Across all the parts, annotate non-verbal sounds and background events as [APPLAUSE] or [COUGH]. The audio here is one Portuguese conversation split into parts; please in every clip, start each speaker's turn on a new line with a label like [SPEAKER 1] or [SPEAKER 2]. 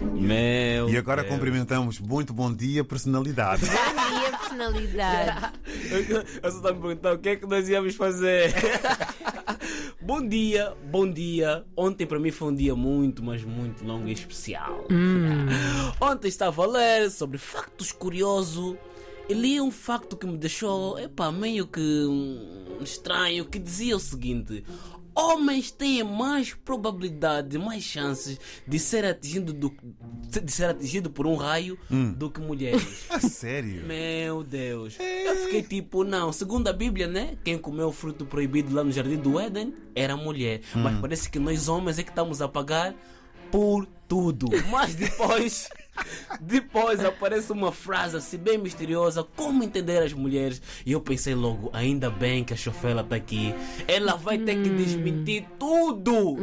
[SPEAKER 1] Meu
[SPEAKER 2] E agora
[SPEAKER 1] Deus.
[SPEAKER 2] cumprimentamos muito bom dia, personalidade.
[SPEAKER 1] [LAUGHS]
[SPEAKER 3] Bom dia,
[SPEAKER 2] [LAUGHS]
[SPEAKER 3] personalidade.
[SPEAKER 1] Eu só estava me perguntando o que é que nós íamos fazer. [LAUGHS] bom dia, bom dia. Ontem para mim foi um dia muito, mas muito longo e especial. Ontem estava a ler sobre factos curiosos e li um facto que me deixou epá, meio que hum, estranho, que dizia o seguinte. Homens têm mais probabilidade, mais chances de ser atingido, do- de ser atingido por um raio
[SPEAKER 2] Hum.
[SPEAKER 1] do que mulheres.
[SPEAKER 2] A sério?
[SPEAKER 1] Meu Deus. Eu fiquei tipo, não, segundo a Bíblia, né? Quem comeu o fruto proibido lá no jardim do Éden era a mulher.
[SPEAKER 2] Hum.
[SPEAKER 1] Mas parece que nós homens é que estamos a pagar por tudo. Mas depois. [LAUGHS] Depois aparece uma frase assim bem misteriosa, como entender as mulheres? E eu pensei logo, ainda bem que a chofela está aqui. Ela vai ter que desmentir tudo! tudo.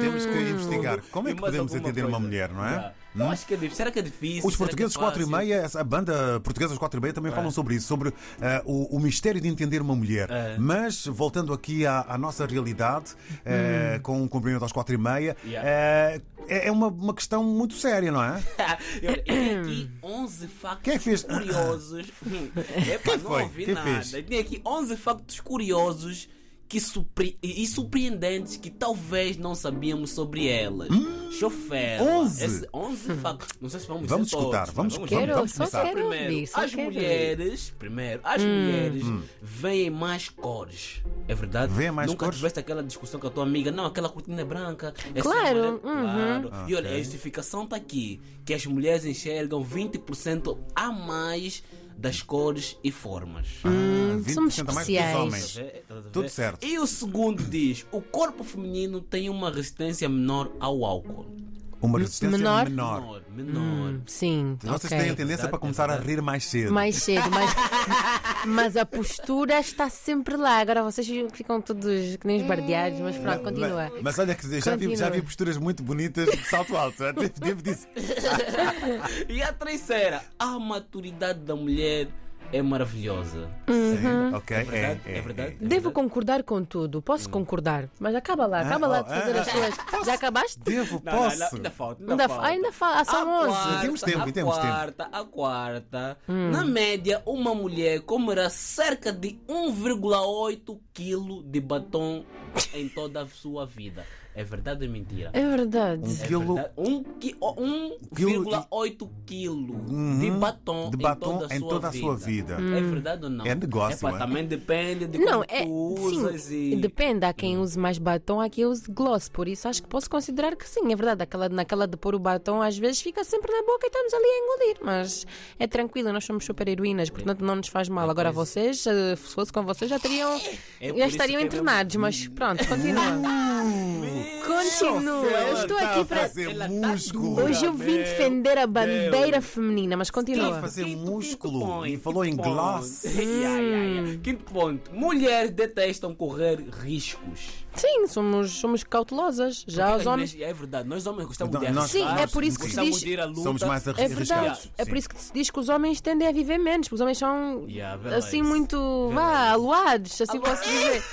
[SPEAKER 2] Temos que investigar.
[SPEAKER 1] tudo.
[SPEAKER 2] Hum. Como
[SPEAKER 1] Hum.
[SPEAKER 2] é
[SPEAKER 1] E
[SPEAKER 2] que
[SPEAKER 1] mais
[SPEAKER 2] podemos
[SPEAKER 1] alguma
[SPEAKER 2] entender uma
[SPEAKER 1] coisa.
[SPEAKER 2] mulher, não é?
[SPEAKER 1] Já. Eu acho que é difícil. Será que é difícil?
[SPEAKER 2] Os
[SPEAKER 1] Será
[SPEAKER 2] portugueses
[SPEAKER 1] que é fácil? É.
[SPEAKER 2] 4 e meia, essa- a banda portuguesa os 4 e meia também falam sobre isso, sobre eh, o, o mistério de entender uma mulher.
[SPEAKER 1] É.
[SPEAKER 2] Mas, voltando aqui à, à nossa realidade, eh, com um cumprimento aos 4 e meia,
[SPEAKER 1] Hum. Yeah.
[SPEAKER 2] eh, é, é uma, uma questão muito séria, não é?
[SPEAKER 1] [LAUGHS] Eu tenho aqui 11 factos
[SPEAKER 2] Quem fez?
[SPEAKER 1] curiosos.
[SPEAKER 2] [LAUGHS]
[SPEAKER 1] Epa, não
[SPEAKER 2] foi?
[SPEAKER 1] ouvi
[SPEAKER 2] Quem
[SPEAKER 1] nada.
[SPEAKER 2] fez?
[SPEAKER 1] Tenho aqui 11 factos curiosos que surpre- e e surpreendentes que talvez não sabíamos sobre elas. Chofer.
[SPEAKER 2] 11?
[SPEAKER 1] 11 factos. Não sei se vamos
[SPEAKER 2] Hum, Vamos
[SPEAKER 1] dizer todos,
[SPEAKER 2] escutar,
[SPEAKER 1] mas
[SPEAKER 2] vamos escutar.
[SPEAKER 3] Quero,
[SPEAKER 2] vamos
[SPEAKER 3] só
[SPEAKER 2] começar.
[SPEAKER 3] quero ouvir.
[SPEAKER 1] Tá, Primeiro,
[SPEAKER 3] Só
[SPEAKER 1] as
[SPEAKER 3] quero ouvir.
[SPEAKER 1] mulheres, primeiro, as mulheres veem mais cores. É verdade?
[SPEAKER 2] Vêem mais
[SPEAKER 1] Nunca
[SPEAKER 2] cores?
[SPEAKER 1] tiveste aquela discussão com a tua amiga, não, aquela cortina é branca. essa é
[SPEAKER 3] Claro,
[SPEAKER 1] amarela.
[SPEAKER 3] uhum.
[SPEAKER 1] claro. E olha, a justificação está aqui: que as mulheres enxergam 20% a mais das cores e formas.
[SPEAKER 2] Ah, 20%
[SPEAKER 3] somos
[SPEAKER 2] a mais que os
[SPEAKER 3] especiais.
[SPEAKER 2] homens.
[SPEAKER 1] Estás a ver? Estás a ver?
[SPEAKER 2] Tudo certo.
[SPEAKER 1] E o segundo diz: o corpo feminino tem uma resistência menor ao álcool.
[SPEAKER 2] Uma resistência menor.
[SPEAKER 3] menor? Hum.
[SPEAKER 1] Menor, menor.
[SPEAKER 3] Sim.
[SPEAKER 2] Vocês têm
[SPEAKER 3] ok.
[SPEAKER 2] a tendência
[SPEAKER 1] Verdade,
[SPEAKER 2] para começar
[SPEAKER 1] é
[SPEAKER 2] a
[SPEAKER 1] verdade.
[SPEAKER 2] rir mais cedo. [LAUGHS]
[SPEAKER 3] Mais cedo, mas, mas a postura está sempre lá. Agora vocês ficam todos que nem os bardeados, mas pronto, continua.
[SPEAKER 2] Mas, mas olha que já vi, já vi
[SPEAKER 3] Continua.
[SPEAKER 2] posturas muito bonitas de salto alto. Devo, devo dizer.
[SPEAKER 1] [LAUGHS] E a terceira, a maturidade da mulher é maravilhosa.
[SPEAKER 3] Uhum.
[SPEAKER 2] Sim, ok, é,
[SPEAKER 1] Verdade?
[SPEAKER 2] é,
[SPEAKER 1] É verdade? É
[SPEAKER 2] é.
[SPEAKER 3] Devo
[SPEAKER 1] verdade?
[SPEAKER 3] concordar com tudo, posso concordar, mas acaba lá, acaba lá de
[SPEAKER 2] ah,
[SPEAKER 3] fazer as
[SPEAKER 2] ah,
[SPEAKER 3] suas. Já acabaste?
[SPEAKER 2] Devo,
[SPEAKER 1] Não, não,
[SPEAKER 2] posso.
[SPEAKER 1] não, ainda falta. Ainda,
[SPEAKER 3] Ainda fa-
[SPEAKER 1] falta.
[SPEAKER 3] ainda fa- ah, são
[SPEAKER 1] A
[SPEAKER 3] 11.
[SPEAKER 1] quarta,
[SPEAKER 2] Temos tempo,
[SPEAKER 1] a
[SPEAKER 2] temos tempo. Hum.
[SPEAKER 1] quarta, A quarta, na média, uma mulher comerá cerca de 1,8 kg de batom em toda a sua vida. É verdade ou mentira?
[SPEAKER 3] É verdade.
[SPEAKER 2] Um
[SPEAKER 1] É
[SPEAKER 2] quilo-
[SPEAKER 1] verdade. Um qui-
[SPEAKER 2] Quilo
[SPEAKER 1] 1,8 kg de
[SPEAKER 2] Uhum.
[SPEAKER 1] batom,
[SPEAKER 2] de batom
[SPEAKER 1] em toda a sua vida. É verdade ou não?
[SPEAKER 2] É negócio,
[SPEAKER 1] Epá,
[SPEAKER 2] é?
[SPEAKER 1] Também depende de
[SPEAKER 3] Hum. Não,
[SPEAKER 1] como
[SPEAKER 3] é.
[SPEAKER 1] tu usas
[SPEAKER 3] Sim,
[SPEAKER 1] e... é Hum.
[SPEAKER 3] depende. Há quem use mais batom, há quem use gloss. Por isso acho que posso considerar que sim, é verdade. Aquela, naquela de pôr o batom, às vezes fica sempre na boca e estamos ali a engolir. Mas é tranquilo, nós somos super heroínas, portanto não nos faz mal. Agora vocês, eh, se fosse com vocês, já teriam.
[SPEAKER 1] É por isso
[SPEAKER 3] já estariam
[SPEAKER 1] que é
[SPEAKER 3] internados, mas pronto, continua. Continua, Hum. eu estou
[SPEAKER 2] Ela tá
[SPEAKER 3] aqui
[SPEAKER 2] a
[SPEAKER 3] para.
[SPEAKER 2] fazer
[SPEAKER 1] Ela tá
[SPEAKER 2] músculo.
[SPEAKER 1] dura.
[SPEAKER 3] Hoje eu vim
[SPEAKER 1] Meu
[SPEAKER 3] defender a bandeira feminina, mas
[SPEAKER 2] Ela tá a
[SPEAKER 3] continua.
[SPEAKER 2] fazer
[SPEAKER 1] Quinto-
[SPEAKER 2] músculo.
[SPEAKER 1] quinto
[SPEAKER 2] e
[SPEAKER 1] ponto,
[SPEAKER 2] falou em
[SPEAKER 1] quinto ponto. [LAUGHS]
[SPEAKER 2] gloss.
[SPEAKER 1] Yeah, yeah,
[SPEAKER 3] Hum.
[SPEAKER 1] yeah. Quinto ponto. Mulheres detestam correr riscos.
[SPEAKER 3] Sim, somos, somos cautelosas. Já
[SPEAKER 1] Porque
[SPEAKER 3] os
[SPEAKER 1] às
[SPEAKER 3] homens.
[SPEAKER 1] vezes- É verdade, nós homens gostamos
[SPEAKER 2] Não,
[SPEAKER 1] de
[SPEAKER 2] Então, nós-
[SPEAKER 1] arriscar.
[SPEAKER 3] Sim, é por isso que se
[SPEAKER 1] gostamos
[SPEAKER 3] diz-
[SPEAKER 1] de ir à luta.
[SPEAKER 2] Somos mais arri-
[SPEAKER 3] É verdade.
[SPEAKER 2] arriscados.
[SPEAKER 3] É
[SPEAKER 2] Sim.
[SPEAKER 3] por isso que se diz que os homens tendem a viver menos, porque os homens são
[SPEAKER 1] Yeah, vê lá
[SPEAKER 3] assim
[SPEAKER 1] isso.
[SPEAKER 3] muito
[SPEAKER 1] Vê
[SPEAKER 3] vá,
[SPEAKER 1] lá
[SPEAKER 3] aluados, assim posso dizer.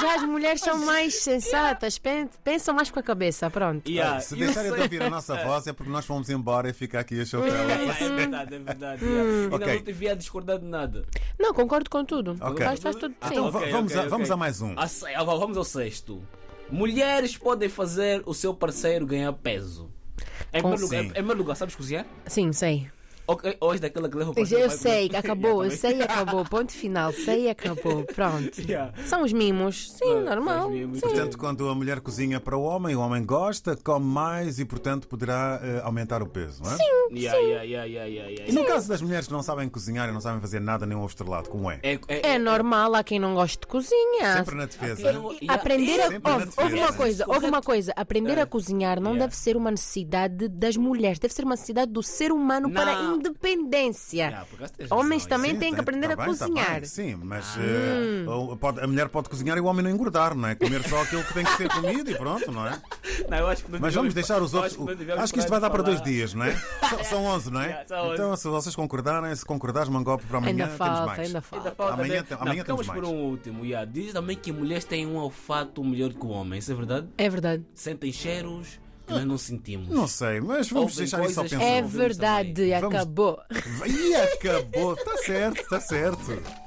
[SPEAKER 3] Já as mulheres são mais sensatas, pen- pensam mais com a cabeça, pronto.
[SPEAKER 1] É, Yeah,
[SPEAKER 2] Se
[SPEAKER 1] eu
[SPEAKER 2] deixarem de
[SPEAKER 1] sei-
[SPEAKER 2] ouvir a nossa voz é porque nós fomos embora e fica aqui a chofela.
[SPEAKER 1] [LAUGHS] É verdade, é verdade. yeah. E
[SPEAKER 2] Ok.
[SPEAKER 1] não devia discordar de nada.
[SPEAKER 3] Não, concordo com tudo.
[SPEAKER 2] Ok.
[SPEAKER 3] Faz, faz tudo
[SPEAKER 1] Ah,
[SPEAKER 3] sim.
[SPEAKER 2] Então va-
[SPEAKER 1] Ok,
[SPEAKER 2] vamos,
[SPEAKER 1] ok,
[SPEAKER 2] a, vamos
[SPEAKER 1] ok.
[SPEAKER 2] a mais um.
[SPEAKER 1] A Ah, se- Agora vamos ao sexto. Mulheres podem fazer o seu parceiro ganhar peso. Em primeiro lugar,
[SPEAKER 2] Sim.
[SPEAKER 1] em primeiro lugar, sabes cozinhar?
[SPEAKER 3] Sim, sei.
[SPEAKER 1] Ok, Hoje daquela que leva o parceiro.
[SPEAKER 3] Eu
[SPEAKER 1] vai
[SPEAKER 3] sei,
[SPEAKER 1] comer.
[SPEAKER 3] acabou, eu
[SPEAKER 1] [LAUGHS] Yeah,
[SPEAKER 3] sei, acabou. Ponto final, sei, acabou. Pronto.
[SPEAKER 1] [LAUGHS] Yeah.
[SPEAKER 3] São os mimos. Sim,
[SPEAKER 1] Claro,
[SPEAKER 3] normal.
[SPEAKER 1] Ah, são os mimos.
[SPEAKER 3] Sim.
[SPEAKER 2] Portanto, quando a mulher cozinha para o homem, o homem gosta, come mais e, portanto, poderá eh, aumentar o peso, não é? Sim.
[SPEAKER 1] Yeah, yeah, yeah, yeah, yeah, yeah.
[SPEAKER 2] E no caso das mulheres que não sabem cozinhar e não sabem fazer nada, nem um ovo estrelado, como é?
[SPEAKER 1] É, é,
[SPEAKER 3] É normal, há quem não goste de cozinha.
[SPEAKER 2] Sempre na defesa.
[SPEAKER 1] Não, e a-
[SPEAKER 3] Aprender a...
[SPEAKER 2] Sempre na
[SPEAKER 3] Houve,
[SPEAKER 2] defesa.
[SPEAKER 3] houve uma coisa, houve uma coisa. Aprender a cozinhar não
[SPEAKER 1] É. Yeah.
[SPEAKER 3] deve ser uma necessidade das mulheres, deve ser uma necessidade do ser humano para a
[SPEAKER 1] Não.
[SPEAKER 3] independência.
[SPEAKER 1] Yeah, por acaso tens
[SPEAKER 3] Homens
[SPEAKER 1] razão,
[SPEAKER 3] também
[SPEAKER 2] Sim,
[SPEAKER 3] têm que
[SPEAKER 2] tá-
[SPEAKER 3] aprender
[SPEAKER 2] tá
[SPEAKER 3] a
[SPEAKER 2] bem, tá
[SPEAKER 3] cozinhar. Ah.
[SPEAKER 2] bem, sim, mas eh, o- pode- a mulher pode cozinhar e o homem não engordar, não é? Comer só aquilo que tem que ser comido e pronto, não é?
[SPEAKER 1] Não, eu acho que não
[SPEAKER 2] Mas
[SPEAKER 1] devemos-
[SPEAKER 2] vamos deixar os
[SPEAKER 1] eu
[SPEAKER 2] outros.
[SPEAKER 1] não devemos
[SPEAKER 2] Acho que isto vai
[SPEAKER 1] parar de
[SPEAKER 2] dar para dois
[SPEAKER 1] falar.
[SPEAKER 2] dias, não é?
[SPEAKER 3] [LAUGHS]
[SPEAKER 2] São- São 11, não é?
[SPEAKER 1] Yeah, são 11.
[SPEAKER 2] Então, se vocês concordarem, se concordares, Mangope para amanhã
[SPEAKER 3] Ainda
[SPEAKER 2] temos
[SPEAKER 3] falta,
[SPEAKER 2] mais.
[SPEAKER 3] ainda
[SPEAKER 1] Ainda
[SPEAKER 3] falta.
[SPEAKER 1] falta
[SPEAKER 2] Amanhã
[SPEAKER 1] dez-
[SPEAKER 2] tem-
[SPEAKER 1] Não,
[SPEAKER 2] amanhã
[SPEAKER 1] ficamos
[SPEAKER 2] temos
[SPEAKER 1] por
[SPEAKER 2] mais.
[SPEAKER 1] um último. yeah. Diz também que mulheres têm um olfato melhor que o homem, isso é verdade?
[SPEAKER 3] É verdade.
[SPEAKER 1] Sentem cheiros, que nós não sentimos.
[SPEAKER 2] Não sei, mas vamos
[SPEAKER 1] Ouvem
[SPEAKER 2] deixar isso
[SPEAKER 1] coisas
[SPEAKER 2] ao pensar.
[SPEAKER 1] que
[SPEAKER 3] É
[SPEAKER 1] Vamos
[SPEAKER 3] verdade,
[SPEAKER 2] também. Vamos-
[SPEAKER 3] acabou.
[SPEAKER 2] E acabou. Está tá certo, está certo.